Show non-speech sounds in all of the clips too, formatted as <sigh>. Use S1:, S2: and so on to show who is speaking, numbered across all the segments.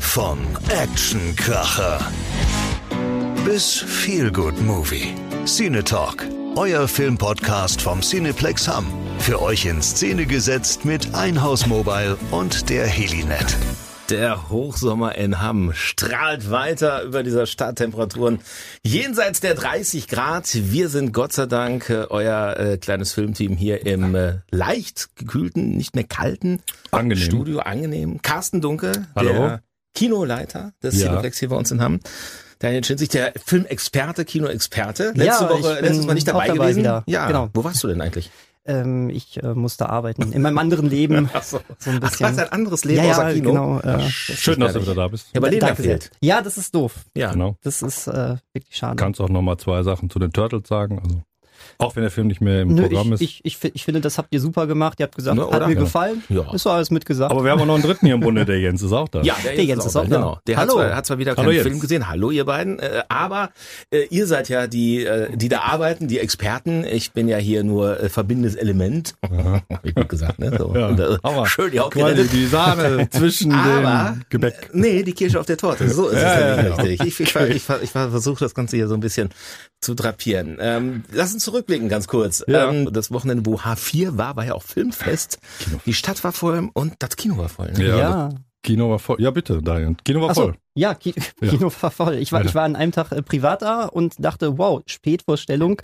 S1: Von Actionkracher bis Feelgood Movie. CineTalk, euer Filmpodcast vom Cineplex Hamm. Für euch in Szene gesetzt mit Einhaus Mobile und der Helinet.
S2: Der Hochsommer in Hamm strahlt weiter über dieser Stadt. Temperaturen jenseits der 30 Grad. Wir sind Gott sei Dank äh, euer äh, kleines Filmteam hier im äh, leicht gekühlten, nicht mehr kalten
S3: Angenehm.
S2: Studio. Angenehm. Carsten Dunke,
S3: Hallo.
S2: der Kinoleiter des
S3: Ja.
S2: Cineplex hier bei uns in Hamm. Daniel Schinzig, der Filmexperte, Kinoexperte. Letzte
S4: Ja, ich
S2: Woche,
S4: bin
S2: letztes Mal nicht dabei,
S4: auch dabei
S2: gewesen.
S4: wieder.
S2: Ja,
S4: Genau.
S2: wo warst du denn eigentlich?
S4: Ähm, ich äh, musste arbeiten. In meinem anderen Leben.
S2: so.
S4: So ein
S2: <laughs> Ach, du hast
S4: bisschen.
S2: ein anderes Leben
S4: ja,
S2: außer
S4: ja,
S2: Kino.
S4: genau. Äh,
S3: Schön, dass du wieder da bist.
S2: Ja, aber Lena
S4: danke sehr.
S2: fehlt.
S4: Ja, das ist doof.
S2: Ja,
S3: Genau.
S4: Das ist äh, wirklich schade.
S3: Kannst auch nochmal zwei Sachen zu den Turtles sagen. Also, auch wenn der Film nicht mehr im
S4: Nö,
S3: Programm
S4: ich,
S3: ist.
S4: ich, ich, fi- ich finde, das habt ihr super gemacht. Ihr habt gesagt,
S2: Ne, oder?
S4: hat mir
S2: Ja.
S4: gefallen.
S2: Ja.
S4: Ist so alles mitgesagt.
S3: Aber wir haben auch noch einen dritten hier im Bunde, der Jens ist auch da.
S2: Ja,
S4: Der Jens ist auch da.
S2: Genau. Der hat
S4: Hallo.
S2: zwar, hat zwar wieder
S3: Hallo,
S2: keinen
S3: Jens.
S2: Film gesehen. Hallo, ihr beiden. Äh, aber äh, ihr seid ja die, äh, die da arbeiten, die Experten. Ich bin ja hier nur äh, verbindendes Element. <laughs> Hab ich gut gesagt, ne? So.
S3: Ja.
S2: Und, äh,
S3: Aua.
S2: Schön die
S3: Quasi
S2: Hauptgeräte. <laughs>
S3: die Sahne zwischen
S2: Aber-
S3: dem Gebäck.
S2: Nee, die Kirsche auf der Torte. So ist
S3: Ja,
S2: es
S3: ja,
S2: nämlich
S3: genau.
S2: richtig. Ich, ich, ver- ich, ver- ich ver- versuche das Ganze hier so ein bisschen zu drapieren. Ähm, lass uns zurückblicken ganz kurz.
S3: Ja.
S2: Ähm, das Wochenende, wo H4 war, war ja auch Filmfest. Die Stadt war voll und das Kino war voll. Ne?
S3: Ja,
S4: ja.
S3: Kino war voll. Ja, bitte, Daniel. Kino war
S4: Ach so.
S3: voll.
S4: Ja, Ki
S3: Ja.
S4: <laughs> Kino war voll. Ich war,
S3: Ja.
S4: ich war an einem Tag äh, privat da und dachte, wow, Spätvorstellung,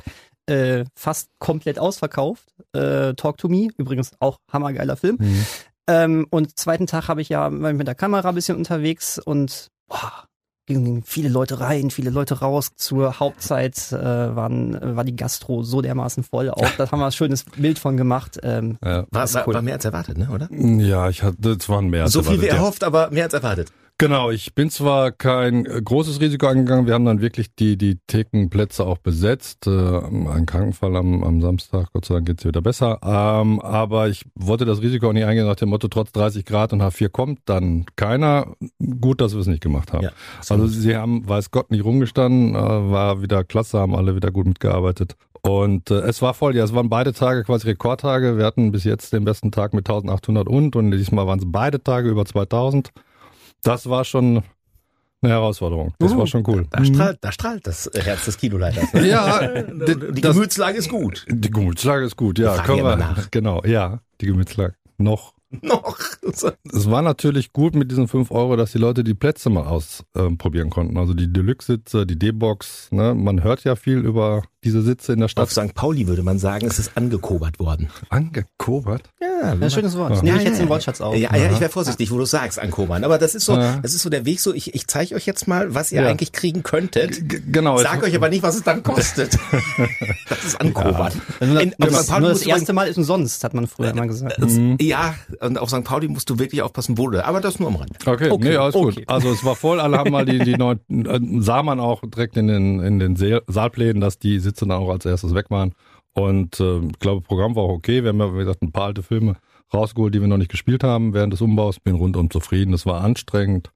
S4: äh, fast komplett ausverkauft. Äh, Talk to Me, übrigens auch hammergeiler Film.
S3: Mhm.
S4: Ähm, und zweiten Tag habe ich ja war ich mit der Kamera ein bisschen unterwegs und boah, gingen viele Leute rein, viele Leute raus. Zur Hauptzeit äh, waren, äh, war die Gastro so dermaßen
S3: <laughs>
S4: voll. Auch da haben wir ein schönes Bild von gemacht. Ähm,
S3: Ja.
S2: War, war,
S4: Cool.
S2: war mehr als erwartet, ne? oder?
S3: Ja, ich hatte, das waren mehr. als
S2: So viel wie
S3: erwartet, ja.
S2: erhofft, aber mehr als erwartet.
S3: Genau, ich bin zwar kein äh, großes Risiko eingegangen, wir haben dann wirklich die, die Thekenplätze auch besetzt. Äh, ein Krankenfall am, am Samstag, Gott sei Dank geht's wieder besser. Ähm, aber ich wollte das Risiko auch nicht eingehen nach dem Motto, trotz 30 Grad und H4 kommt dann keiner. Gut, dass wir es nicht gemacht haben.
S2: Ja.
S3: also sie haben, weiß Gott, nicht rumgestanden, äh, war wieder klasse, haben alle wieder gut mitgearbeitet. Und äh, es war voll, ja, es waren beide Tage quasi Rekordtage. Wir hatten bis jetzt den besten Tag mit 1800 und und diesmal waren es beide Tage über 2000. Das war schon eine Herausforderung. Das
S2: Uh.
S3: war schon
S2: <laughs>
S3: cool.
S2: Da strahlt, da strahlt das Herz des Kinoleiters. Ne?
S3: Ja,
S2: Die
S3: die, <laughs> das,
S2: Gemütslage ist gut.
S3: die Gemütslage ist gut, ja.
S2: Wir fragen
S3: können
S2: ja
S3: wir,
S2: mal nach.
S3: Genau, ja, die Gemütslage. <laughs> Noch.
S2: Noch.
S3: Es war natürlich gut mit diesen 5 Euro, dass die Leute die Plätze mal ausprobieren konnten. Also die Deluxe-Sitze, die D-Box. Ne? Man hört ja viel über diese Sitze in der
S2: Auf
S3: Stadt.
S2: St. Pauli würde man sagen, es ist angekobert worden.
S3: Angekobert?
S2: Ja,
S4: ein schönes Wort.
S3: Ja.
S4: Nehme ich jetzt den Wortschatz auf.
S2: Ja, ja, ich wäre vorsichtig, wo du es sagst, ankobern. Aber das ist so,
S3: Ja.
S2: das ist so der Weg so, ich, ich zeige euch jetzt mal, was ihr
S3: Ja.
S2: eigentlich kriegen könntet.
S3: G genau.
S2: Sag
S3: jetzt-
S2: euch aber nicht, was es dann
S3: <laughs>
S2: kostet. das ist ankobern.
S4: Nur das,
S2: In- auf
S4: nur das,
S2: St. Pauli musst
S4: nur das
S2: du übrigens-
S4: erste Mal ist umsonst, hat man früher immer gesagt.
S3: Mhm.
S2: Ja, und auf St. Pauli musst du wirklich aufpassen, wo du. Aber das nur am Rand.
S3: Okay,
S4: Okay,
S3: nee, alles
S4: okay.
S3: gut. Also es war voll, alle haben mal die, die neuen, äh, sah man auch direkt in den, in den Seel- Saalplänen, dass die Sitze dann auch als erstes weg waren. Und äh, ich glaube, Programm war auch okay. Wir haben ja, wie gesagt, ein paar alte Filme rausgeholt, die wir noch nicht gespielt haben während des Umbaus. Bin rundum zufrieden, das war anstrengend.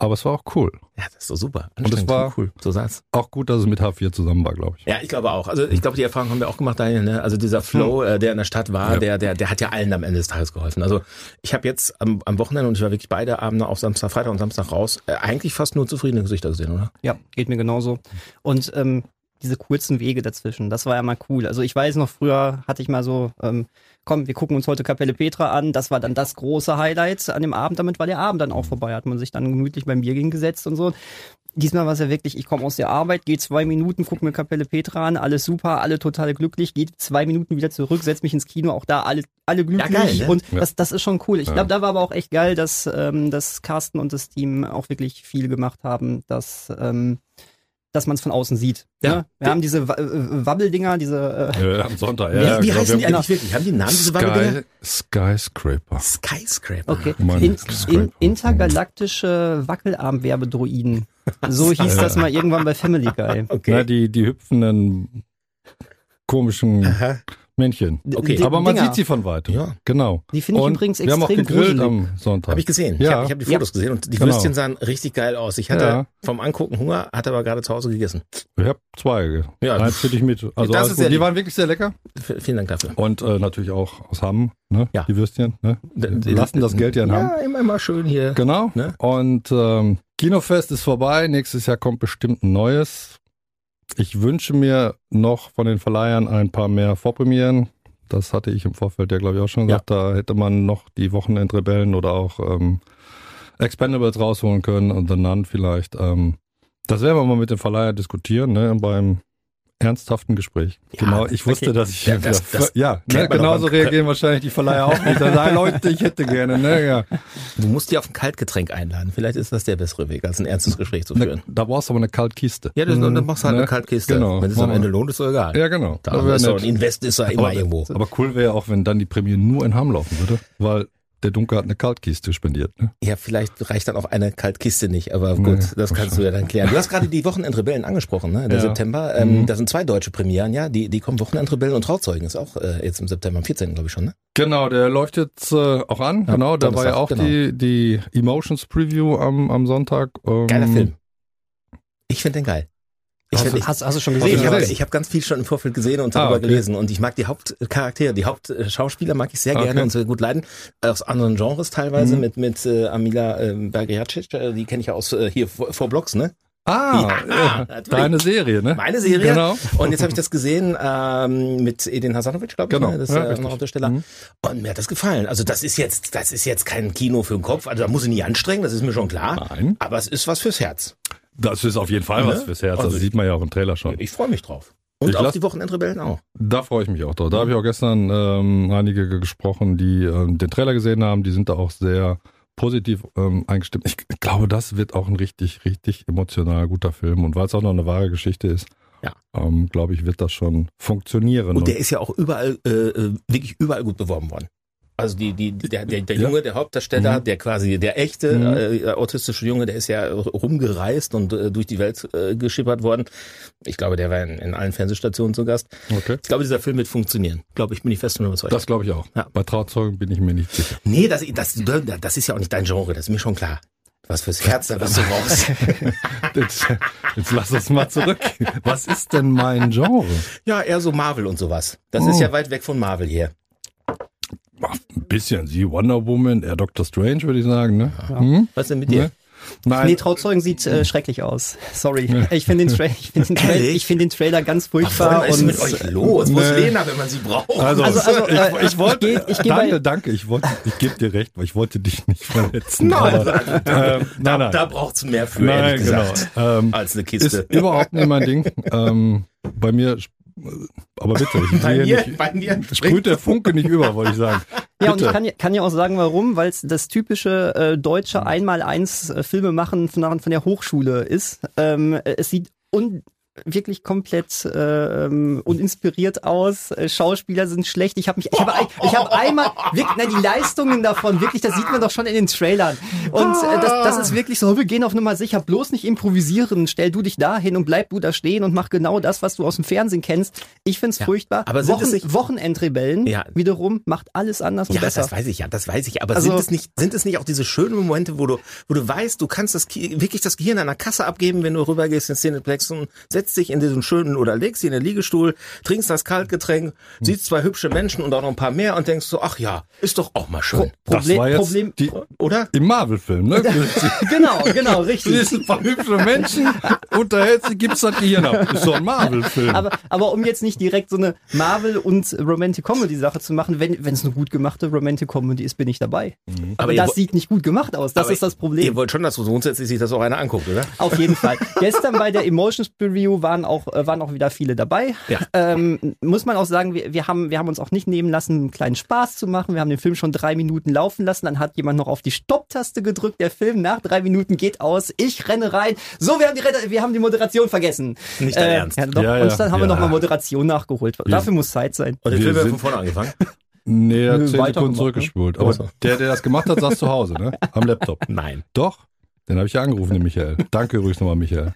S3: Aber es war auch cool.
S2: Ja, das ist doch super.
S3: das
S2: Anstrengend
S3: war-
S2: cool. So saß.
S3: Auch gut, dass es mit H4 zusammen war, glaube ich.
S2: Ja, ich glaube auch. Also ich glaube, die Erfahrung haben wir auch gemacht, Daniel. Ne? Also dieser Flow, äh, der in der Stadt war,
S3: Hm. Ja.
S2: der, der, der hat ja allen am Ende des Tages geholfen. Also ich habe jetzt am, am Wochenende und ich war wirklich beide Abende auf Samstag, Freitag und Samstag raus, äh, eigentlich fast nur zufriedene Gesichter gesehen, oder?
S4: Ja, geht mir genauso. Und ähm, diese kurzen Wege dazwischen, das war ja mal cool. Also ich weiß noch, früher hatte ich mal so, ähm, komm, wir gucken uns heute Kapelle Petra an. Das war dann das große Highlight an dem Abend. Damit war der Abend dann auch vorbei. Hat man sich dann gemütlich beim Bier gegengesetzt und so. Diesmal war es ja wirklich, ich komme aus der Arbeit, gehe zwei Minuten, gucke mir Kapelle Petra an, alles super, alle total glücklich, gehe zwei Minuten wieder zurück, setz mich ins Kino, auch da alle, alle glücklich.
S2: geil, ne?
S4: Und
S3: Ja.
S4: das, das ist schon cool. Ich
S3: Ja.
S4: glaube, da war aber auch echt geil, dass, ähm, dass Carsten und das Team auch wirklich viel gemacht haben, dass, ähm, dass man es von außen sieht.
S2: Ja.
S4: Ne? Wir haben diese Wa- äh, Wabbeldinger, diese äh,
S3: Äh, am Sonntag, ja.
S2: Wie-
S3: ja,
S2: wie
S3: genau.
S2: heißen die
S3: Wir
S2: eigentlich wirklich? Haben die einen Namen, diese Wabbeldinger?
S3: haben Sky, Skyscraper.
S2: Skyscraper.
S4: äh, okay,
S3: Mann,
S4: in,
S3: Skyscraper.
S4: in, intergalaktische Wackelarmwerbedroiden. So hieß das mal
S3: Ne,
S4: irgendwann bei Family Guy.
S2: Okay.
S3: Na, die, die hüpfenden komischen
S2: Aha.
S3: Männchen.
S2: Okay.
S4: Die
S3: Aber man
S4: Dinger.
S3: sieht sie von weitem.
S2: Ja.
S3: Genau.
S4: Die finde ich
S3: Und
S4: übrigens
S3: Wir haben auch
S4: extrem
S3: gegrillt
S4: gruselig.
S3: am Sonntag.
S2: Habe ich gesehen. Ich
S3: Ja.
S2: habe ich hab die Fotos gesehen und die
S3: Genau.
S2: Würstchen sahen richtig geil aus. Ich hatte
S3: Ja.
S2: vom Angucken Hunger, hatte aber gerade zu Hause gegessen.
S3: Ich habe zwei. ge-
S2: Ja.
S3: Eins für dich mit. Also
S2: Das
S3: alles
S2: ist
S3: gut.
S2: ja
S3: die
S2: lieb.
S3: waren wirklich sehr lecker.
S2: V vielen Dank dafür.
S3: Und äh, natürlich auch aus Hamm, ne?
S2: Ja.
S3: Die Würstchen, ne?
S2: D-
S3: Wir lassen das Geld ja in Hamm.
S2: Ja, immer, immer schön hier.
S3: Genau.
S2: Ne?
S3: Und ähm, Kinofest ist vorbei. Nächstes Jahr kommt bestimmt ein neues. Ich wünsche mir noch von den Verleihern ein paar mehr Vorpremieren. Das hatte ich im Vorfeld ja, glaube ich, auch schon gesagt. Da hätte man noch die Wochenendrebellen oder auch ähm, Expendables rausholen können und The Nun vielleicht. Ähm, das werden wir mal mit dem Verleiher diskutieren, ne, beim ernsthaften Gespräch. genau, ich wusste,
S2: okay.
S3: dass ich
S2: Ja, das- das
S3: ja
S2: kennt
S3: ne,
S2: man doch
S3: genauso
S2: am-
S3: reagieren wahrscheinlich die Verleiher auch nicht. Da sagen Leute, ich hätte gerne, ne, ja.
S2: Du musst die auf ein Kaltgetränk einladen. Vielleicht ist das der bessere Weg, als ein ernstes Gespräch zu
S3: Ne,
S2: führen.
S3: da brauchst du aber eine Kaltkiste.
S2: Ja, das, und dann machst du halt
S3: Ne?
S2: eine Kaltkiste.
S3: Genau.
S2: Wenn es am
S3: Machen
S2: Ende
S3: wir.
S2: lohnt, ist doch egal.
S3: Ja, genau.
S2: Da
S3: Das wär
S2: ist doch ein
S3: nett.
S2: Invest ist ja immer
S3: aber,
S2: irgendwo.
S3: aber cool wäre ja auch, wenn dann die Prämie nur in Hamm laufen würde, weil der Dunker hat eine Kaltkiste spendiert. Ne?
S2: Ja, vielleicht reicht dann auch eine Kaltkiste nicht, aber gut, das kannst du ja dann klären. Du hast gerade die Wochenendrebellen angesprochen, ne? Der
S3: Ja. Mhm.
S2: September. Ähm, Da sind zwei deutsche Premieren, ja. Die, die kommen Wochenendrebellen und Trauzeugen ist auch äh, jetzt im September, am 14. glaube ich schon, ne?
S3: Genau, der läuft jetzt äh, auch an. genau, da war
S2: Donnerstag,
S3: ja auch
S2: genau.
S3: die, die Emotions Preview am, am Sonntag. Ähm,
S2: Geiler Film. Ich finde den geil. Ich
S4: hast,
S2: finde
S4: du- hast, hast du schon
S2: Nee,
S4: gesehen?
S2: ich habe
S4: oder?
S2: ich hab ganz viel schon im Vorfeld gesehen und
S3: Ah,
S2: darüber
S3: okay.
S2: gelesen und ich mag die Hauptcharaktere, die Hauptschauspieler mag ich sehr
S3: Ah, Okay.
S2: gerne und sehr gut leiden. Aus anderen Genres teilweise
S3: Mhm.
S2: mit mit äh, Amila ähm, Bergiacic, äh, die kenne ich ja aus äh, hier vor, vor Blocks, ne?
S3: Ah,
S2: Ja,
S3: äh,
S2: natürlich.
S3: deine Serie, ne?
S2: Meine Serie.
S3: Genau.
S2: Und jetzt habe ich das gesehen ähm, mit Edin Hasanovic, glaube ich,
S3: Genau,
S2: ne? das
S3: ja,
S2: äh,
S3: richtig.
S2: noch Hauptdarsteller.
S3: Mhm.
S2: Und mir hat das gefallen. Also das ist jetzt das ist jetzt kein Kino für den Kopf, also da muss ich nicht anstrengen, das ist mir schon klar.
S3: Nein.
S2: Aber es ist was fürs Herz.
S3: Das ist auf jeden Fall was
S2: Ne?
S3: fürs Herz.
S2: Also
S3: das
S2: ich-
S3: sieht man ja auch im Trailer schon.
S2: Ich freue mich drauf. Und
S3: Ich
S2: auf
S3: lass-
S2: die Wochenendrebellen auch.
S3: Da freue ich mich auch drauf. Da habe ich auch gestern ähm, einige ge- gesprochen, die ähm, den Trailer gesehen haben. Die sind da auch sehr positiv ähm, eingestimmt. Ich g- glaube, das wird auch ein richtig, richtig emotional guter Film. Und weil es auch noch eine wahre Geschichte ist,
S2: Ja.
S3: ähm, glaube ich, wird das schon funktionieren.
S2: Und der ist ja auch überall, äh, äh, wirklich überall gut beworben worden. Also die, die, der, der, der
S3: Ja.
S2: Junge, der Hauptdarsteller,
S3: Mhm.
S2: der quasi der echte
S3: Mhm.
S2: äh, autistische Junge, der ist ja rumgereist und äh, durch die Welt äh, geschippert worden. Ich glaube, der war in, in allen Fernsehstationen zu Gast.
S3: okay.
S2: Ich glaube, dieser Film wird funktionieren. Ich glaube, ich bin ich fest von überzeugt.
S3: Das glaube ich auch.
S2: Ja.
S3: Bei Trauzeugen bin ich mir nicht sicher. <laughs>
S2: nee, das, das, das ist ja auch nicht dein Genre, das ist mir schon klar. Was fürs Herz, <laughs> da was du brauchst.
S3: Jetzt, jetzt lass uns mal zurück. Was ist denn mein Genre?
S2: ja, eher so Marvel und sowas. Das ist
S3: Oh.
S2: ja weit weg von Marvel hier.
S3: Ach, ein bisschen. Sie Wonder Woman, er Doctor Strange, würde ich sagen. Ne? Hm?
S2: Was ist denn mit dir?
S3: Ne? Nein.
S4: Nee, Trauzeugen sieht äh, schrecklich aus. Sorry. Ich finde den, Tra ich find den, Tra
S2: Ehrlich?
S4: ich find den Trailer ganz furchtbar.
S2: Was ist denn
S4: und
S2: mit euch los? Wo ist
S3: Nee.
S2: Lena, wenn man sie braucht?
S3: Also,
S4: Also- also, äh, ich geh- ich geh
S3: danke,
S4: bei-
S3: danke. Ich wollte, ich gebe dir recht, weil ich wollte dich nicht verletzen. aber, ähm, nein, nein,
S2: Da braucht's mehr für,
S3: nein,
S2: ehrlich
S3: genau.
S2: gesagt,
S3: Ähm,
S2: als eine
S3: ist
S2: Kiste.
S3: überhaupt nicht mein Ding. Ähm, bei mir, sp- aber bitte, ich
S2: Bei
S3: sehe
S2: mir,
S3: nicht,
S2: bei mir.
S3: sprüht der Funke nicht über, wollte ich sagen.
S4: Ja, und
S3: bitte.
S4: ich kann, ja- kann ja auch sagen, warum, weil es das typische äh, deutsche
S2: Hm.
S4: Einmaleins äh, Filme machen von, von der Hochschule ist. Ähm, äh, es sieht un wirklich komplett äh, ähm, uninspiriert aus. Äh, Schauspieler sind schlecht. Ich habe mich, ich habe, ein- ich habe einmal, wirklich, na, die Leistungen davon, wirklich, das sieht man doch schon in den Trailern. Und äh, das, das ist wirklich so, wir gehen auf Nummer sicher, bloß nicht improvisieren. Stell du dich da hin und bleib du da stehen und mach genau das, was du aus dem Fernsehen kennst. Ich find's furchtbar.
S2: aber sind es
S4: Wochen,
S2: nicht-
S4: Wochenendrebellen
S2: Ja.
S4: wiederum macht alles anders und
S2: Ja,
S4: besser.
S2: das weiß ich ja, das weiß ich. Aber
S4: Also-
S2: sind, es nicht, sind es nicht auch diese schönen Momente, wo du, wo du weißt, du kannst das Ki- wirklich das Gehirn an der Kasse abgeben, wenn du rübergehst ins Cineplex und setzt dich in diesen schönen oder legst dich in den Liegestuhl, trinkst das Kaltgetränk, siehst zwei hübsche Menschen und auch noch ein paar mehr und denkst so, ach ja, ist doch auch mal schön.
S3: das war jetzt
S4: Problem,
S3: die,
S2: Oder?
S3: im Marvel-Film, ne?
S4: <laughs> genau, genau,
S3: Du
S4: richtig.
S3: siehst ein paar hübsche Menschen, unterhältst dich, gibst das Gehirn ab. Ist doch ein Marvel-Film.
S4: Aber, aber um jetzt nicht direkt so eine Marvel- und Romantic-Comedy-Sache zu machen, wenn wenn es eine gut gemachte Romantic-Comedy ist, bin ich dabei.
S2: Aber
S4: Aber
S2: ihr
S4: das
S2: wo-
S4: sieht nicht gut gemacht aus. Das
S2: Aber
S4: ist das
S2: Ihr
S4: Problem.
S2: wollt schon, dass grundsätzlich sich das auch einer anguckt, oder?
S4: Auf jeden Fall. Gestern bei der Emotions Review waren auch, äh, waren auch wieder viele dabei.
S2: Ja.
S4: Ähm, muss man auch sagen, wir, wir, haben, wir haben uns auch nicht nehmen lassen, einen kleinen Spaß zu machen. Wir haben den Film schon drei Minuten laufen lassen. Dann hat jemand noch auf die Stopp-Taste gedrückt. Der Film nach drei Minuten geht aus. Ich renne rein. So, wir haben die, Reda- wir haben die Moderation vergessen. Äh,
S2: Nicht dein Ernst.
S4: Ja, doch.
S3: Ja, ja,
S4: Und dann haben wir
S3: ja.
S4: nochmal Moderation nachgeholt. Dafür muss Zeit sein.
S2: Und den
S3: Wir
S2: Film wird
S3: sind-
S2: von vorne angefangen.
S3: Nee, er hat
S4: Nö,
S3: zehn
S4: weiter
S3: Sekunden
S4: gemacht, ne?
S3: zurückgespult. Aber
S2: Also.
S3: der, der das gemacht hat, saß zu Hause, ne? Am Laptop.
S2: <laughs> Nein.
S3: Doch. Den habe ich ja angerufen, den Michael. Danke übrigens nochmal, Michael.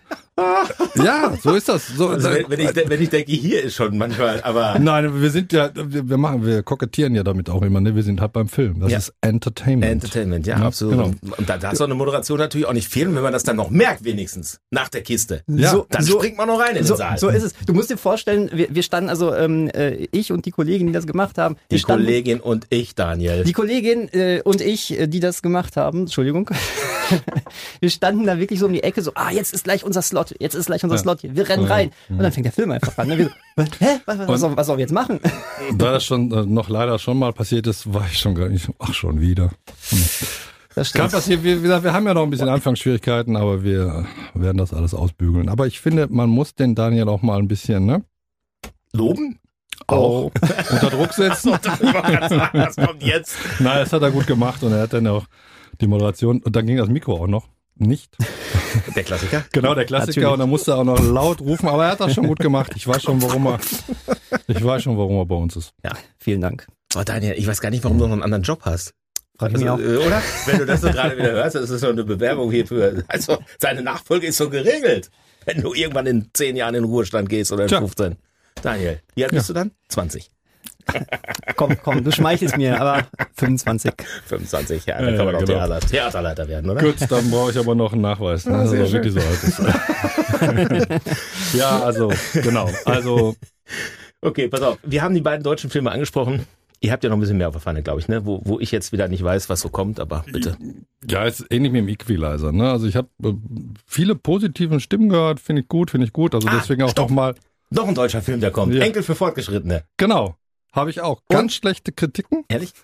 S3: ja, so ist das. So,
S2: Also wenn, wenn, ich, de- wenn ich denke, hier ist schon manchmal, aber
S3: Nein, wir sind ja, wir wir machen, wir kokettieren ja damit auch immer, ne? Wir sind halt beim Film. Das
S2: Ja.
S3: ist Entertainment.
S2: Entertainment, ja,
S3: Ja,
S2: absolut.
S3: genau.
S2: Und- Und da darf so eine Moderation natürlich auch nicht fehlen, wenn man das dann noch merkt, wenigstens nach der Kiste.
S3: Ja.
S2: So, dann
S4: so-
S2: springt man noch rein in
S4: So,
S2: den Saal.
S4: so ist es. Du musst dir vorstellen, wir, wir standen, also ähm, äh, ich und die Kollegen, die das gemacht haben, wir
S2: Die
S4: standen,
S2: Kollegin und ich, Daniel.
S4: die Kollegin äh, und ich, äh, die das gemacht haben, Entschuldigung, <laughs> wir standen da wirklich so um die Ecke, so, ah, jetzt ist gleich unser Slot, jetzt ist gleich unser
S3: Ja.
S4: Slot, hier, wir rennen
S3: Ja. Mhm.
S4: rein. Und dann fängt der Film einfach an. Ne? Wir so, <laughs> hä? Was, was, was, soll- was sollen wir
S3: <laughs>
S4: jetzt machen?
S3: Da das schon äh, noch leider schon mal passiert ist, war ich schon gar nicht. Ach, schon wieder.
S4: Das
S3: Kann
S4: stimmt.
S3: passieren. Wir, wie gesagt, wir haben ja noch ein bisschen Anfangsschwierigkeiten, aber wir werden das alles ausbügeln. Aber ich finde, man muss den Daniel auch mal ein bisschen, ne?
S2: <laughs> Loben?
S3: Auch
S2: Oh.
S3: <laughs> unter Druck
S2: <laughs>
S3: setzen.
S2: Das kommt jetzt.
S3: Nein, das hat er gut gemacht und er hat dann auch die Moderation. Und dann ging das Mikro auch noch. Nicht.
S2: Der Klassiker.
S3: Genau, der Klassiker.
S4: Natürlich.
S3: Und dann musste er auch noch laut rufen, aber er hat das schon gut gemacht. Ich weiß schon, warum er, ich weiß schon, warum er bei uns ist.
S4: Vielen Dank.
S2: Oh, Daniel, ich weiß gar nicht, warum du noch einen anderen Job hast.
S4: Frag ich
S3: Also,
S4: mich auch.
S2: äh, oder? Wenn du das so gerade wieder hörst, das ist so eine Bewerbung hierfür. Also, seine Nachfolge ist so geregelt. Wenn du irgendwann in zehn Jahren in den Ruhestand gehst oder in
S3: Tja.
S2: 15. Daniel, wie alt bist du dann? 20.
S3: äh,
S4: Komm, komm, du schmeichelst mir,
S3: <laughs>
S4: aber 25.
S2: 25 Jahre.
S3: Ja,
S2: Dann kann man
S3: ja,
S2: auch
S3: genau.
S2: Theater, Theaterleiter werden, oder?
S3: Gut, dann brauche ich aber noch einen Nachweis, ne? also,
S2: sehr
S3: wie die so alt ist. ja, also, genau. Also,
S2: <laughs> Okay, pass auf. Wir haben die beiden deutschen Filme angesprochen. Ihr habt ja noch ein bisschen mehr auf der Pfanne, glaube ich, ne? Wo, wo ich jetzt wieder nicht weiß, was so kommt, aber bitte.
S3: ja, ist ähnlich wie im Equalizer. Ne? Also, ich habe äh, viele positive Stimmen gehört, finde ich gut, finde ich gut. Also,
S2: Ah,
S3: deswegen auch
S2: stopp.
S3: doch mal.
S2: Noch ein deutscher Film, der kommt.
S3: Ja.
S2: Enkel für Fortgeschrittene.
S3: Genau, habe ich auch. Ganz schlechte Kritiken
S2: Ehrlich?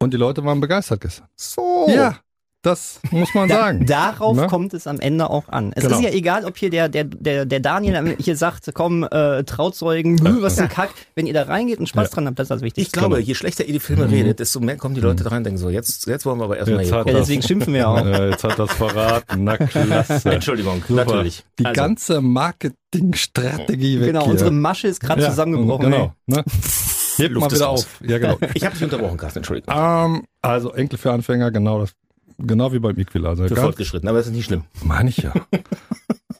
S3: und die Leute waren begeistert gestern.
S2: So.
S3: Ja, das muss man
S4: Da,
S3: sagen.
S4: darauf
S3: Ne?
S4: kommt es am Ende auch an. Es
S3: Genau.
S4: ist ja egal, ob hier der, der, der, der Daniel hier sagt, komm, äh, Trauzeugen, hm, <laughs> was ein Kack. Wenn ihr da reingeht und Spaß
S3: Ja.
S4: dran habt, das ist das
S2: Ich
S4: Wichtigste.
S2: glaube, je schlechter ihr die Filme redet, desto mehr kommen die Leute da rein und denken so, jetzt, Mhm. jetzt wollen wir aber erstmal
S3: Jetzt
S2: hier
S3: hat
S4: ja,
S2: gucken.
S3: das-
S4: deswegen schimpfen wir auch.
S3: Ja, jetzt hat das verraten. Na klasse.
S2: Entschuldigung,
S3: Super.
S2: natürlich.
S3: Die
S2: Also,
S3: ganze Marketingstrategie weg
S4: Genau,
S3: hier.
S4: unsere Masche ist gerade
S3: Ja,
S4: zusammengebrochen.
S3: Genau. Ne?
S2: <laughs>
S3: Hebt
S2: Luft
S3: mal
S2: ist
S3: wieder
S2: raus.
S3: auf.
S2: <laughs>
S3: Ja, genau.
S2: ich habe dich unterbrochen, Carsten, Entschuldigung.
S3: ähm, also Enkel für Anfänger, genau das. Genau wie beim Equalizer.
S2: Für
S3: Ganz-
S2: Fortgeschrittene, aber das ist nicht schlimm.
S3: Meine ich ja.
S2: <laughs>
S4: Ey.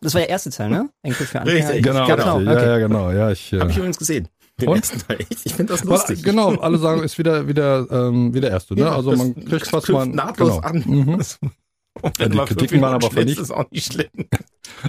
S4: Das war der erste Teil, ne? Enkel für Anfänger.
S2: Richtig.
S3: Genau,
S2: Genau,
S3: richtig.
S4: okay.
S3: Ja, ja, genau. Ja, ich, äh,
S2: Hab ich übrigens gesehen. Den
S3: Und?
S2: ersten Teil. Ich, ich finde das
S3: aber,
S2: lustig.
S3: genau, alle sagen, ist wieder, wieder, ähm, wieder erste. Ne?
S2: Ja,
S3: also
S2: das
S3: man kriegt was
S2: knüpft
S3: man.
S2: nahtlos
S3: genau.
S2: an.
S3: <laughs>
S2: <laughs>
S3: Mhm.
S2: Und
S3: Ja, die
S2: man fünf
S3: Kritiken waren
S2: Minuten
S3: aber
S2: schläft,
S3: vernicht-
S2: ist auch nicht schlimm.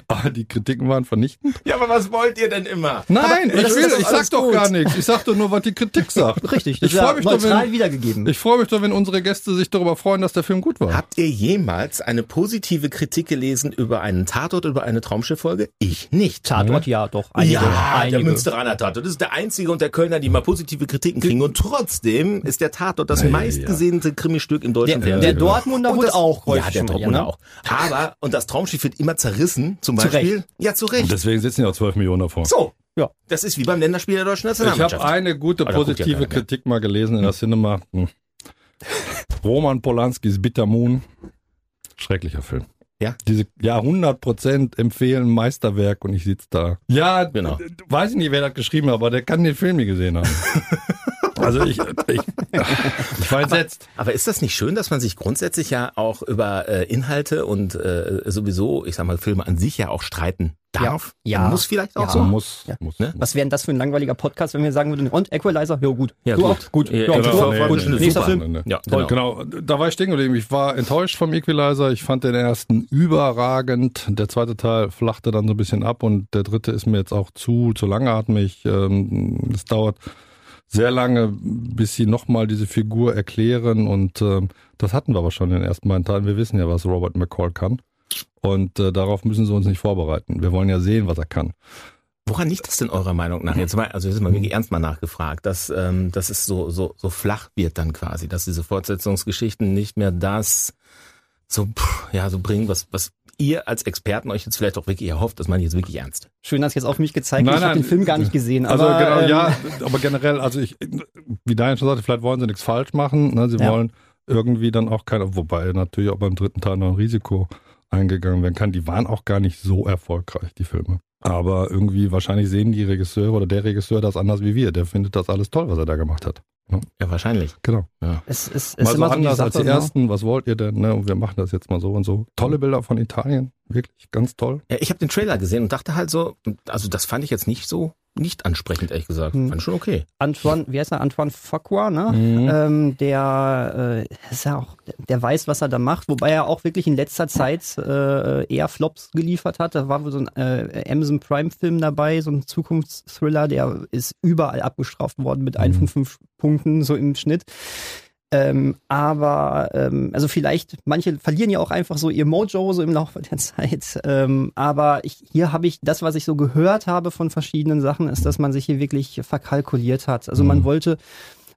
S3: Aber Ah, die Kritiken waren vernichtend.
S2: Ja, aber was wollt ihr denn immer?
S3: Nein,
S4: aber das
S3: ich
S4: ist
S3: will,
S4: doch
S3: ich
S4: alles
S3: sag doch
S4: gut.
S3: gar nichts. Ich sag doch nur, was die Kritik sagt.
S4: Richtig, das
S3: Ich
S4: ist ja
S3: freue mich doch,
S4: neutral
S3: wenn,
S4: wiedergegeben.
S3: ich freu mich doch, wenn unsere Gäste sich darüber freuen, dass der Film gut war.
S2: Habt ihr jemals eine positive Kritik gelesen über einen Tatort, über eine Traumschifffolge? Ich nicht.
S4: Tatort, ja, doch. Einige,
S2: ja, der
S4: einige.
S2: Münsteraner Tatort. Das ist der einzige unter Kölner, die mal positive Kritiken kriegen. Und trotzdem ist der Tatort das
S3: Ja, ja,
S2: meistgesehene Krimi-Stück im
S4: Der,
S2: deutschen
S4: der,
S2: Fernsehen.
S4: Dortmunder
S2: Und
S4: wurde
S2: das-
S4: auch häufig
S2: Ja, der
S4: schon mal,
S2: Dortmunder
S4: ne?
S2: auch. Aber, und das Traumschiff wird immer zerrissen, zum
S4: Zu
S2: Beispiel. Ja, zu
S3: Und
S2: Recht.
S3: deswegen sitzen ja auch 12 Millionen davor.
S2: So.
S4: Ja.
S2: Das ist wie beim Länderspiel der deutschen
S3: ich
S2: Nationalmannschaft.
S3: habe eine gute
S2: Ah, da guckt ja
S3: positive
S2: keiner mehr.
S3: Kritik mal gelesen in der Cinema. Hm. Roman Polanskis Bitter Moon. Schrecklicher Film.
S2: Ja?
S3: Diese, ja, 100% empfehlen Meisterwerk und ich sitze da. Ja,
S2: Genau.
S3: d- d- weiß ich nicht, wer das geschrieben hat, aber der kann den Film nie gesehen haben. also ich, ich, ich war entsetzt.
S2: Aber ist das nicht schön, dass man sich grundsätzlich ja auch über äh, Inhalte und äh, sowieso, ich sag mal, Filme an sich ja auch streiten darf?
S4: Ja. Ja.
S2: Muss vielleicht auch
S4: Ja.
S2: so.
S4: Aber-
S3: muss,
S4: Ja.
S3: muss.
S2: Ah. Ne?
S4: Was wäre denn das für ein langweiliger Podcast, wenn wir sagen würden, und Equalizer? Ja, gut.
S2: Ja,
S4: du
S2: gut.
S4: auch? Gut.
S2: Ja,
S4: Ja,
S2: genau.
S4: du auch?
S2: Ja,
S4: gut.
S2: ja, ja.
S4: Nächster
S2: Super.
S4: Film.
S3: Ne, ne.
S2: Ja,
S3: Toll, genau. Da war ich stehen geblieben. Ich war enttäuscht vom Equalizer. Ich fand den ersten überragend. Der zweite Teil flachte dann so ein bisschen ab und der dritte ist mir jetzt auch zu, zu langatmig. Ähm, Es dauert sehr lange, bis sie nochmal diese Figur erklären und ähm, das hatten wir aber schon in den ersten beiden Teilen. Wir wissen ja, was Robert McCall kann. Und äh, darauf müssen sie uns nicht vorbereiten. Wir wollen ja sehen, was er kann.
S2: Woran liegt das denn eurer Meinung nach? Jetzt mal, also jetzt mal wirklich ernst mal nachgefragt, dass, ähm, dass es so, so, so flach wird dann quasi, dass diese Fortsetzungsgeschichten nicht mehr das so, pff, ja, so bringen, was, was ihr als Experten euch jetzt vielleicht auch wirklich erhofft, das meine ich jetzt wirklich ernst.
S4: Schön, dass jetzt auf mich gezeigt
S3: Nein,
S4: wird. Ich habe
S3: nein.
S4: den Film gar nicht gesehen.
S3: Also
S4: Aber,
S3: genau,
S4: ähm,
S3: ja, aber generell, also ich, wie Daniel schon sagte, vielleicht wollen sie nichts falsch machen. Ne? Sie
S4: Ja.
S3: wollen irgendwie dann auch keine, wobei natürlich auch beim dritten Teil noch ein Risiko eingegangen werden kann. Die waren auch gar nicht so erfolgreich, die Filme. Aber irgendwie, wahrscheinlich sehen die Regisseure oder der Regisseur das anders wie wir. Der findet das alles toll, was er da gemacht hat.
S2: Ja, wahrscheinlich.
S3: Genau.
S4: Es ist,
S3: Mal
S4: ist
S3: so
S4: immer so die
S3: anders
S4: Sache.
S3: als die
S4: ne?
S3: ersten. Was wollt ihr denn? Ne? Und wir machen das jetzt mal so und so. Tolle Bilder von Italien. Wirklich ganz toll.
S2: Ja, ich habe den Trailer gesehen und dachte halt so, also das fand ich jetzt nicht so nicht ansprechend, ehrlich gesagt.
S4: Hm.
S2: Fand ich schon okay.
S4: Antoine, wie heißt er? Antoine Fuqua, ne? Ähm, der äh, ist ja auch, der weiß, was er da macht, wobei er auch wirklich in letzter Zeit äh, eher Flops geliefert hat. Da war wohl so ein äh, Amazon Prime-Film dabei, so ein Zukunftsthriller, der ist überall abgestraft worden mit ein von fünf Punkten, so im Schnitt. Ähm, aber, ähm, also vielleicht, manche verlieren ja auch einfach so ihr Mojo so im Laufe der <laughs> Zeit. Ähm, aber ich, hier habe ich, das, was ich so gehört habe von verschiedenen Sachen, ist, dass man sich hier wirklich verkalkuliert hat. Also
S3: Mhm.
S4: man wollte,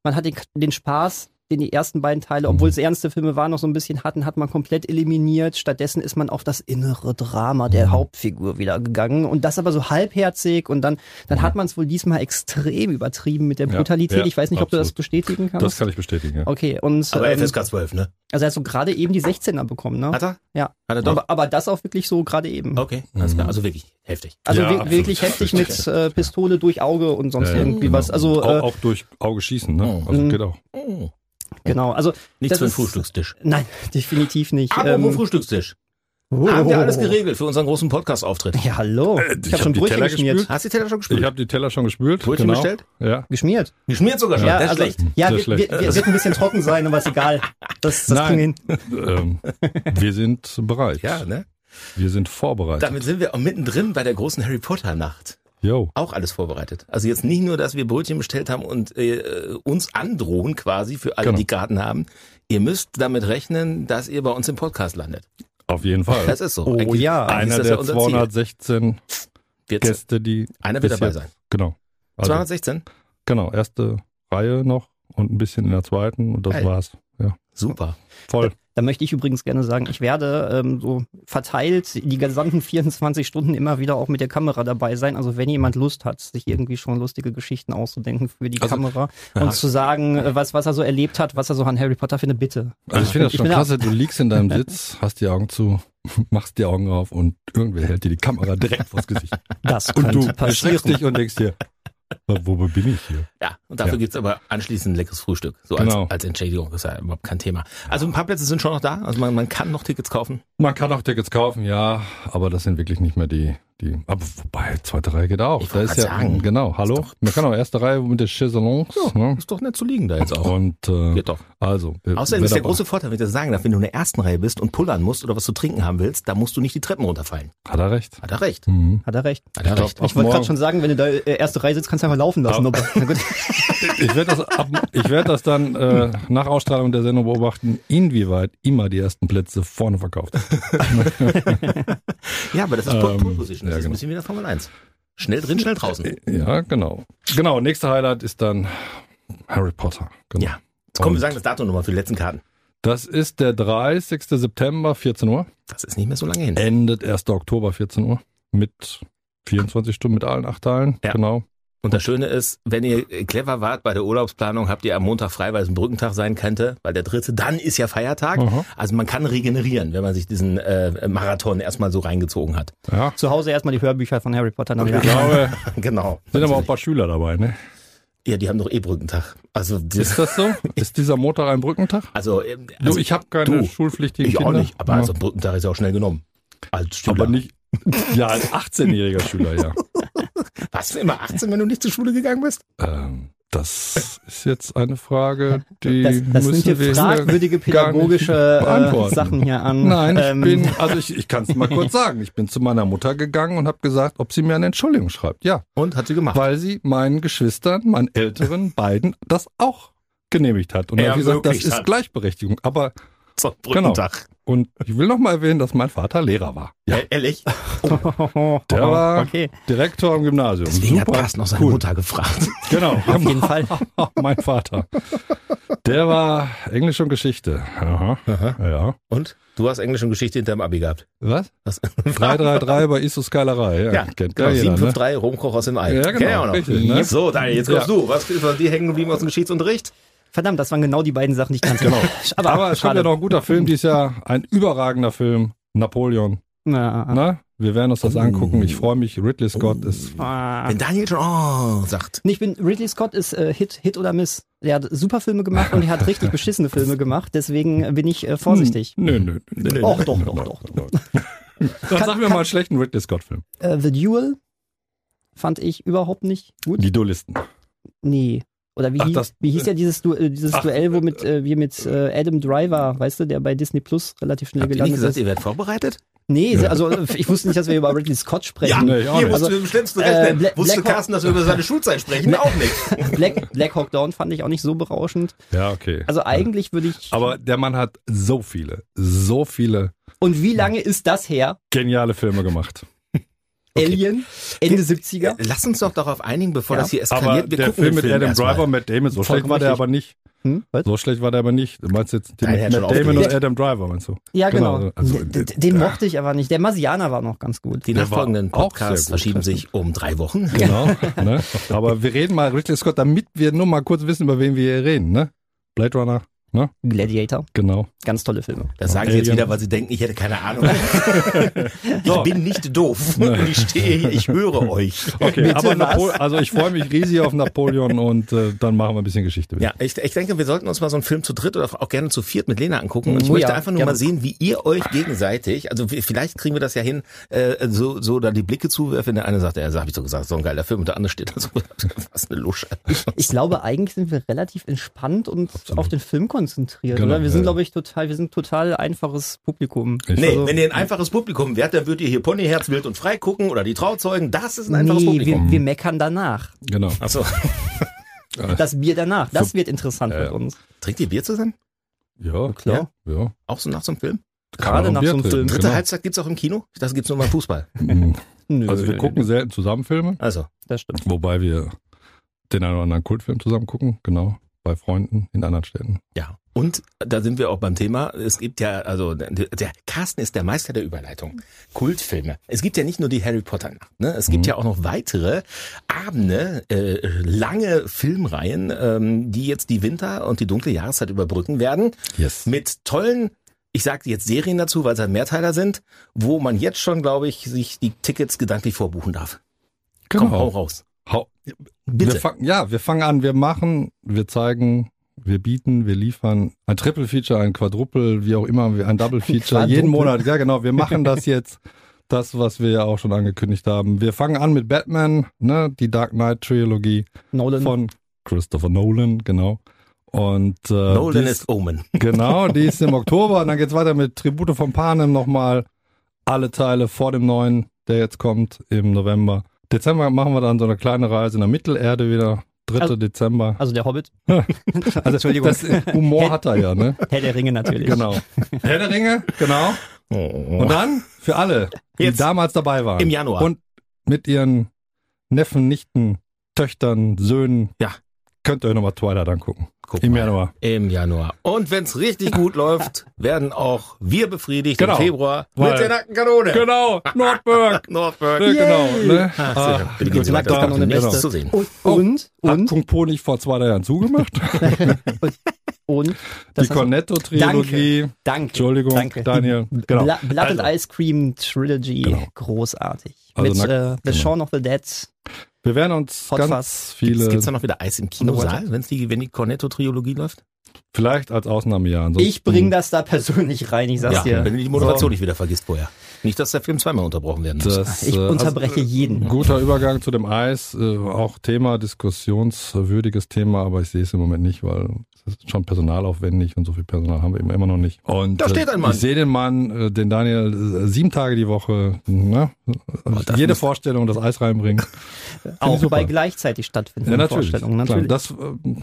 S4: man hat den, den Spaß, den die ersten beiden Teile, obwohl
S3: Mhm.
S4: es ernste Filme waren, noch so ein bisschen hatten, hat man komplett eliminiert. Stattdessen ist man auf das innere Drama
S3: Mhm.
S4: der Hauptfigur wieder gegangen. Und das aber so halbherzig und dann, dann hat man es wohl diesmal extrem übertrieben mit der
S3: Mhm. Ja,
S4: Brutalität.
S3: ja,
S4: ich weiß nicht, ob du das
S3: absolut.
S4: bestätigen kannst.
S3: Das kann ich bestätigen. Ja.
S4: Okay, und
S2: Aber
S4: ähm,
S2: FSK 12, ne?
S4: also hast du gerade eben die 16er bekommen, ne?
S2: Hat er?
S4: Ja.
S2: Hat er doch?
S4: Aber, Hm. aber das auch wirklich so gerade eben.
S2: Okay, alles klar. Also wirklich heftig.
S4: Also
S3: Ja,
S4: wir-
S3: absolut.
S4: wirklich heftig mit äh, Pistole durch Auge und sonst
S3: Ja, ja,
S4: irgendwie
S3: genau.
S4: was. Also
S3: Auch,
S4: äh,
S3: auch durch Auge schießen. Ne? Also
S4: Mhm.
S3: geht auch.
S2: Oh,
S4: genau, also
S2: nichts
S4: Das
S2: für den
S4: ist-
S2: Frühstückstisch.
S4: nein, <laughs> definitiv nicht. Ähm,
S2: Apropos Frühstückstisch. Haben wir alles geregelt für unseren großen Podcast-Auftritt.
S4: Ja, hallo.
S3: Äh,
S4: ich habe schon Brötchen geschmiert.
S2: Hast du die Teller schon gespült?
S3: Ich habe die Teller schon gespült.
S2: Brötchen
S3: genau.
S2: bestellt?
S3: Ja.
S4: Geschmiert?
S2: Geschmiert sogar schon.
S4: Ja,
S2: das ist
S4: also,
S2: schlecht.
S4: ja
S3: Sehr
S4: wir, wir,
S3: schlecht.
S4: wir wird ein bisschen trocken sein, aber ist egal. Das, das
S3: Nein.
S4: kriegen wir hin.
S3: <laughs> ähm, wir sind bereit.
S2: Ja, ne?
S3: Wir sind vorbereitet.
S2: Damit sind wir auch mittendrin bei der großen Harry Potter-Nacht.
S3: Yo.
S2: Auch alles vorbereitet. Also jetzt nicht nur, dass wir Brötchen bestellt haben und äh, uns androhen quasi für alle,
S3: Genau.
S2: die Karten haben. Ihr müsst damit rechnen, dass ihr bei uns im Podcast landet.
S3: Auf jeden Fall.
S2: Das ist so.
S4: Oh
S2: Eigentlich-
S4: ja.
S2: eigentlich ist
S3: Einer
S2: das
S3: der
S2: unser
S3: 216
S2: Ziel. Wird's-
S3: Gäste, die.
S2: Einer wird
S3: bis
S2: dabei
S3: jetzt-
S2: sein.
S3: Genau. Also,
S2: 216?
S3: genau. Erste Reihe noch und ein bisschen in der zweiten und das
S2: Geil.
S3: war's. Ja.
S2: Super.
S3: Voll.
S4: Da möchte ich übrigens gerne sagen, ich werde ähm, so verteilt die gesamten 24 Stunden immer wieder auch mit der Kamera dabei sein. Also wenn jemand Lust hat, sich irgendwie schon lustige Geschichten auszudenken für
S3: Also,
S4: die Kamera und zu sagen, äh, was, was er so erlebt hat, was er so an Harry Potter findet, bitte.
S3: Also ich finde das
S4: Ich
S3: schon
S4: bin
S3: klasse. Du liegst in
S4: <laughs>
S3: deinem Sitz, hast die Augen zu, <laughs> machst die Augen auf und irgendwer hält dir die Kamera direkt vors Gesicht.
S4: Das
S3: Und
S4: könnte
S3: du erschreckst
S4: passieren.
S3: dich und denkst dir, "Äh, wo bin ich hier?
S2: Ja, und dafür
S3: Ja.
S2: gibt's aber anschließend ein leckeres Frühstück. So
S3: Genau.
S2: als, als Entschädigung ist ja überhaupt kein Thema. Also ein paar Plätze sind schon noch da. Also man, man kann noch Tickets kaufen.
S3: Man kann auch Tickets kaufen, ja, aber das sind wirklich nicht mehr die, die, aber wobei, zweite Reihe geht auch.
S2: Ich
S3: da
S2: wollt
S3: ist ja,
S2: grad sagen.
S3: genau, hallo. Man kann auch erste Reihe mit der Chaiselongs, ne?
S2: Ist doch nett zu liegen da jetzt auch.
S3: Und, äh,
S2: Geht doch.
S3: also. äh,
S2: Außerdem
S3: wer
S2: ist der
S3: dabei-
S2: große Vorteil, wenn ich das sagen darf, wenn du in der ersten Reihe bist und pullern musst oder was zu trinken haben willst, da musst du nicht die Treppen runterfallen.
S3: Hat er recht.
S2: Hat er recht.
S3: Mhm.
S4: Hat er recht.
S2: Hat er recht.
S4: Ich wollte
S3: Morgen.
S4: gerade schon sagen, wenn du da äh, erste Reihe sitzt, kannst du einfach laufen lassen. Aber, na gut. <laughs>
S3: Ich werde das, ab, ich werd das dann äh, nach Ausstrahlung der Sendung beobachten, inwieweit immer die ersten Plätze vorne verkauft.
S2: <laughs> Ja, aber das ist Pole-
S3: Ähm,
S2: Pole Position. Das
S3: ja,
S2: ist ein
S3: genau.
S2: bisschen wie der Formel 1. Schnell drin, schnell draußen.
S3: Ja, genau. Genau, nächste Highlight ist dann Harry Potter. Genau.
S2: Ja. Jetzt kommen wir
S3: Und-
S2: sagen das Datum nochmal für die letzten Karten.
S3: Das ist der 30. September, 14 Uhr.
S2: Das ist nicht mehr so lange hin.
S3: endet 1. Oktober 14 Uhr mit 24 Stunden mit allen acht Teilen.
S2: Ja.
S3: Genau.
S2: Und das Schöne ist, wenn ihr äh, clever wart bei der Urlaubsplanung, habt ihr am Montag frei, weil es ein Brückentag sein könnte, weil der dritte, dann ist ja Feiertag.
S3: Aha.
S2: Also man kann regenerieren, wenn man sich diesen äh, Marathon erstmal so reingezogen hat. <laughs>
S3: Ja.
S4: Zu Hause erstmal die Hörbücher von Harry Potter.
S3: Ich
S4: nachher.
S3: glaube,
S2: genau.
S3: sind aber auch ein paar Schüler dabei, ne?
S2: ja, die haben doch eh Brückentag. Also, das,
S3: Ist das so? <laughs> Ist dieser Montag ein Brückentag?
S2: also, ähm,
S3: Du,
S2: also
S3: ich habe keine
S2: du,
S3: schulpflichtigen
S2: ich
S3: Kinder.
S2: auch nicht, aber
S3: Ja.
S2: also Brückentag ist ja auch schnell genommen. Als Schüler.
S3: aber nicht. Ja, ein 18-jähriger
S2: <laughs>
S3: Schüler, ja.
S2: Warst du immer 18, wenn du nicht zur Schule gegangen bist?
S3: Ähm, das ist jetzt eine Frage, die
S4: Das, das
S3: müssen
S4: sind
S3: wir
S4: hier
S3: gar
S4: fragwürdige
S3: nicht
S4: pädagogische äh,
S3: beantworten.
S4: Sachen hier an.
S3: Nein, ich
S4: <laughs> Ähm,
S3: bin, also ich, ich kann es mal kurz sagen. Ich bin zu meiner Mutter gegangen und habe gesagt, ob sie mir eine Entschuldigung schreibt. Ja,
S2: Und hat sie gemacht.
S3: weil sie meinen Geschwistern, meinen älteren beiden, das auch genehmigt hat. Und dann habe ich gesagt, das
S2: Ermöglicht
S3: ist
S2: hat.
S3: Gleichberechtigung. Aber,
S2: so,
S3: Genau.
S2: Brückentag.
S3: und ich will noch mal erwähnen, dass mein Vater Lehrer war.
S2: Ja, <laughs> ehrlich?
S3: Der war
S4: Oh, okay.
S3: Direktor im Gymnasium.
S2: Deswegen hat
S3: Super.
S2: Carsten noch seine
S3: cool.
S2: Mutter gefragt.
S3: Genau. <laughs>
S4: Auf jeden Fall.
S3: mein Vater. Der war Englisch und Geschichte. Aha. Ja.
S2: Und? Du hast Englisch und Geschichte hinterm Abi gehabt.
S3: Was?
S2: Was?
S3: 333 bei Isus Skylerei. Ja,
S2: Ja,
S3: kennt
S2: genau.
S3: ja jeder, ne?
S2: 753, Rumkoch aus dem Ei.
S3: Ja, genau,
S2: Kenn ich auch noch.
S3: richtig, ne?
S2: So, Daniel, jetzt kommst
S3: Ja.
S2: du. Was ist bei dir hängen geblieben aus dem Geschichtsunterricht?
S4: Verdammt, das waren genau die beiden Sachen, die ich kannte. <laughs> Genau.
S3: Aber es kommt ja noch ein guter Film dieses Jahr. Ein überragender Film. Napoleon.
S4: Na,
S3: Ne? Wir werden uns das angucken. Ich freue mich. Ridley Scott ist.
S4: Ah.
S2: Wenn Daniel schon oh, sagt.
S4: Nee, ich bin, Ridley Scott ist äh, Hit, Hit oder Miss. Er hat super Filme gemacht und er hat richtig beschissene Filme gemacht, deswegen bin ich äh, vorsichtig.
S3: Hm. Nö, nö. nö.
S2: Nee,
S4: Och, doch, doch, doch. <laughs>
S3: Dann sag mir
S4: kann-
S3: mal einen schlechten Ridley Scott-Film.
S4: Äh, The Duel fand ich überhaupt nicht gut.
S3: Die Duellisten.
S4: Nee. Oder wie,
S3: Ach,
S4: hieß,
S3: das-
S4: wie hieß ja dieses, du äh, dieses
S3: Ach,
S4: Duell, wo mit, äh, wir mit äh, Adam Driver, weißt du, der bei Disney Plus relativ schnell
S2: Habt ihr nicht
S4: gelandet
S2: gesagt,
S4: ist?
S2: ihr werdet vorbereitet?
S4: Nee, also äh, ich wusste nicht, dass wir über Ridley Scott sprechen.
S3: nee, ich auch nicht.
S4: Also,
S2: im schlimmsten
S4: äh, Bla- Black Hawk-
S2: dass wir über seine Schulzeit sprechen?
S4: Bla-
S2: Auch nicht.
S4: Black, Black Hawk Down fand ich auch nicht so berauschend.
S3: Ja, okay.
S4: Also eigentlich würde ich.
S3: Aber der Mann hat so viele, so viele
S4: und wie lange ist das her?
S3: geniale Filme gemacht.
S4: Alien? Ende 70er?
S2: Lass uns doch darauf einigen, bevor
S4: Ja.
S2: das hier eskaliert.
S3: Aber der Film mit Adam Driver und Matt Damon, so schlecht
S4: Vollkommen
S3: war der
S4: richtig.
S3: aber nicht.
S4: Hm? Was?
S3: So schlecht war der aber nicht. Du meinst jetzt den
S2: Nein, der hat schon
S3: mit Matt Damon und
S4: aufgelegt.
S3: Adam Driver, meinst du?
S4: Ja, genau.
S3: Genau, also-
S4: den den- den mochte ich aber nicht. Der Marsianer war noch ganz gut.
S2: Die
S3: Der
S2: nachfolgenden
S3: war auch
S2: Podcasts
S3: sehr gut.
S2: verschieben sich um drei Wochen.
S3: Genau. ne? Aber wir reden mal Ridley Scott, damit wir nur mal kurz wissen, über wen wir hier reden. Ne? Blade Runner, ne?
S4: Gladiator,
S3: Genau.
S4: ganz tolle Filme.
S2: Das sagen sie jetzt
S3: Alien.
S2: wieder, weil sie denken, ich hätte keine
S3: <laughs>
S2: Ahnung. ich bin nicht doof. Und ich stehe hier, ich höre euch.
S3: <laughs> Okay,
S4: Bitte
S3: aber
S4: was?
S3: Napo also ich freue mich riesig auf Napoleon und äh, dann machen wir ein bisschen Geschichte. wieder.
S2: Ja, ich, ich denke, wir sollten uns mal so einen Film zu dritt oder auch gerne zu viert mit Lena angucken. Und ich
S4: Oh
S2: möchte
S4: ja,
S2: einfach nur
S4: gerne.
S2: mal sehen, wie ihr euch gegenseitig, also wir- vielleicht kriegen wir das ja hin, äh, so, so da die Blicke zuwerfen. Der eine sagt, ja, das habe ich so gesagt, so ein geiler Film. Und der andere steht da so, <laughs> was eine Lusche.
S3: <laughs>
S4: Ich glaube, eigentlich sind wir relativ entspannt und auf den Film konzentriert,
S3: Genau,
S4: oder? Wir
S3: ja.
S4: sind, glaube ich, total, wir sind total einfaches Publikum.
S3: Ich-
S2: Nee,
S3: Also-
S2: wenn ihr ein einfaches Publikum wärt, dann würdet ihr hier Ponyherz wild und frei gucken oder die Trauzeugen. Das ist ein einfaches
S4: Nee,
S2: Publikum.
S4: wir, wir meckern danach.
S3: Genau.
S2: Achso,
S4: Das Bier danach. Das wird interessant
S3: Ja,
S4: mit
S3: ja.
S4: uns.
S2: trinkt ihr Bier zusammen?
S3: Ja,
S4: klar.
S3: Ja. ja.
S2: Auch so nach so einem Film?
S3: Kann
S4: Gerade
S3: man
S4: nach
S3: Bier
S4: so einem
S3: trinken,
S4: Film. halt-
S2: Dritte Halbzeit gibt's auch im Kino? Genau. Das gibt's nur beim Fußball.
S3: genau.
S4: <laughs> Nö,
S3: Also wir gucken selten zusammen Filme,
S2: Also,
S4: Das stimmt.
S3: wobei wir den einen oder anderen Kultfilm zusammen gucken. Genau. Bei Freunden in anderen Städten.
S2: ja. Und da sind wir auch beim Thema. Es gibt ja, also der der Carsten ist der Meister der Überleitung. Kultfilme. Es gibt ja nicht nur die Harry Potter Nacht. Ne? Es gibt ja auch noch weitere Abende, äh, lange Filmreihen, ähm, die jetzt die Winter und die dunkle Jahreszeit überbrücken werden.
S3: Yes.
S2: mit tollen, ich sage jetzt Serien dazu, weil es halt Mehrteiler sind, wo man jetzt schon, glaube ich, sich die Tickets gedanklich vorbuchen darf. Komm, hau
S3: Genau.
S2: raus.
S3: Hau, Wir
S2: Bitte.
S3: fangen, ja, wir fangen an, wir machen, wir zeigen, wir bieten, wir liefern ein Triple Feature, ein Quadruple, wie auch immer, ein Double Feature,
S4: Quadruple.
S3: jeden Monat. Ja, genau, wir machen das jetzt. Das, was wir ja auch schon angekündigt haben. Wir fangen an mit Batman, ne, die Dark Knight Trilogie
S4: Nolan.
S3: von Christopher Nolan, genau. Und äh,
S2: Nolan
S3: die
S2: ist Omen.
S3: Genau, die ist im Oktober und dann geht's weiter mit Tribute von Panem nochmal. Alle Teile vor dem neuen, der jetzt kommt im November. Dezember machen wir dann so eine kleine Reise in der Mittelerde wieder. 3.
S4: Also-
S3: Dezember.
S2: <laughs>
S4: also der Hobbit. also,
S3: Das Humor hat er ja, ne?
S4: Herr der Ringe natürlich.
S2: <laughs>
S3: <laughs> Genau. Herr der Ringe, genau. Und dann für alle, die
S2: Jetzt.
S3: damals dabei waren.
S2: Im Januar.
S3: Und mit ihren Neffen, Nichten, Töchtern, Söhnen.
S2: Ja.
S3: Könnt ihr euch nochmal Twilight angucken.
S2: Guck
S3: Im
S2: mal.
S3: Januar.
S2: Im Januar. Und wenn's richtig gut
S3: <laughs>
S2: läuft, werden auch wir befriedigt
S3: Genau.
S2: im Februar
S3: Weil-
S2: mit der nackten Kanone.
S3: Genau, <laughs> Nordberg.
S2: Nordberg.
S3: Ne, genau. Ne?
S2: Ah,
S3: Ah,
S2: bitte gehen Sie
S3: gut,
S2: weiter,
S3: da-
S2: das kann noch
S4: Genau.
S2: nichts zu sehen.
S4: Und,
S3: Oh.
S4: und,
S3: Hat
S4: und,
S3: Kung Po nicht vor zwei drei Jahren zugemacht?
S4: und.
S3: Die
S4: hast du-
S3: Cornetto-Trilogie.
S4: Danke.
S3: Entschuldigung,
S4: danke.
S3: Daniel. Genau.
S4: Bla Blood
S2: Also.
S4: and Ice Cream Trilogy.
S3: Genau.
S4: Großartig.
S3: Also
S4: Mit
S3: na-
S4: äh, The
S3: genau.
S4: Shaun of the Dead.
S3: Wir werden uns
S4: Hot
S3: ganz
S4: Fuzz.
S3: viele,
S2: Gibt's, gibt's da noch wieder Eis im Kinosaal, wenn's die, wenn die Cornetto-Trilogie läuft?
S3: vielleicht als Ausnahmejahr. ansonsten-
S4: Ich bring das da persönlich rein, ich sag's dir.
S2: wenn du die Moderation nicht wieder vergisst vorher. Nicht, dass der Film zweimal unterbrochen werden muss.
S3: Das,
S4: Ich
S3: äh,
S4: unterbreche jeden.
S3: Also, guter Übergang zu dem Eis. Äh, auch Thema, diskussionswürdiges Thema, aber ich sehe es im Moment nicht, weil es ist schon personalaufwendig und so viel Personal haben wir eben immer noch nicht. Und
S2: Da steht
S3: äh,
S2: ein Mann.
S3: ich sehe den Mann, äh, den Daniel, äh, sieben Tage die Woche, ne?
S2: das
S3: jede
S2: muss-
S3: Vorstellung das
S2: <laughs>
S3: Eis reinbringen.
S4: Auch
S3: super.
S4: bei gleichzeitig stattfindenden Vorstellungen.
S3: Klar,
S4: Natürlich.
S3: das, äh,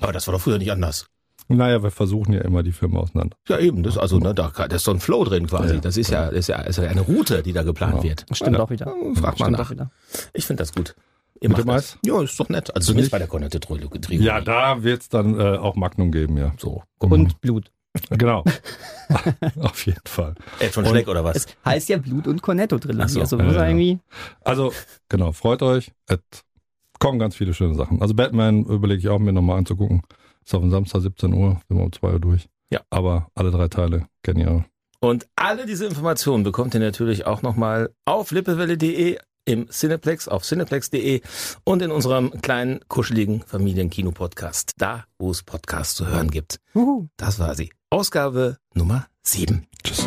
S2: Aber das war doch früher nicht anders.
S3: naja, wir versuchen ja immer die Firma auseinander.
S2: Ja, eben. Das, also, ne, da, da ist so ein Flow drin quasi.
S3: Ja,
S2: das ist ja, das ist ja, ist ja eine Route, die da geplant
S3: Ja.
S2: wird.
S4: Stimmt auch wieder.
S2: Frag mal
S4: Stimmt auch
S2: nach.
S4: wieder.
S2: Ich finde das gut. Ihr
S3: Mit dem
S2: macht das. Ja, ist doch nett. Also zumindest bei der Cornette Trilogie.
S3: Ja, da wird's dann äh, auch Magnum geben, ja.
S2: So.
S4: Und Blut.
S3: Genau. <laughs> Auf jeden Fall.
S2: Ed von Schleck oder was?
S4: Es heißt ja Blut und Cornetto-Trilogie.
S2: Ach so,
S4: also
S3: ja,
S4: muss er
S3: ja.
S4: irgendwie.
S3: Also, genau, freut euch. Es kommen ganz viele schöne Sachen. Also Batman überlege ich auch mir nochmal anzugucken. Ist auf dem Samstag 17 Uhr, sind wir um 2 Uhr durch.
S2: Ja.
S3: Aber alle drei Teile genial.
S2: Und alle diese Informationen bekommt ihr natürlich auch nochmal auf lippewelle.de, im Cineplex, auf cineplex.de und in unserem kleinen, kuscheligen Familienkino-Podcast, da, wo es Podcasts zu hören gibt.
S4: Juhu.
S2: Das war sie. Ausgabe Nummer 7. Tschüss.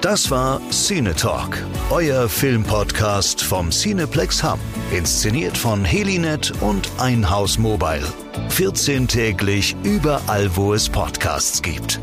S1: Das war Cine Talk, euer Filmpodcast vom Cineplex Hamm. Inszeniert von Helinet und Einhaus Mobile. 14 täglich überall, wo es Podcasts gibt.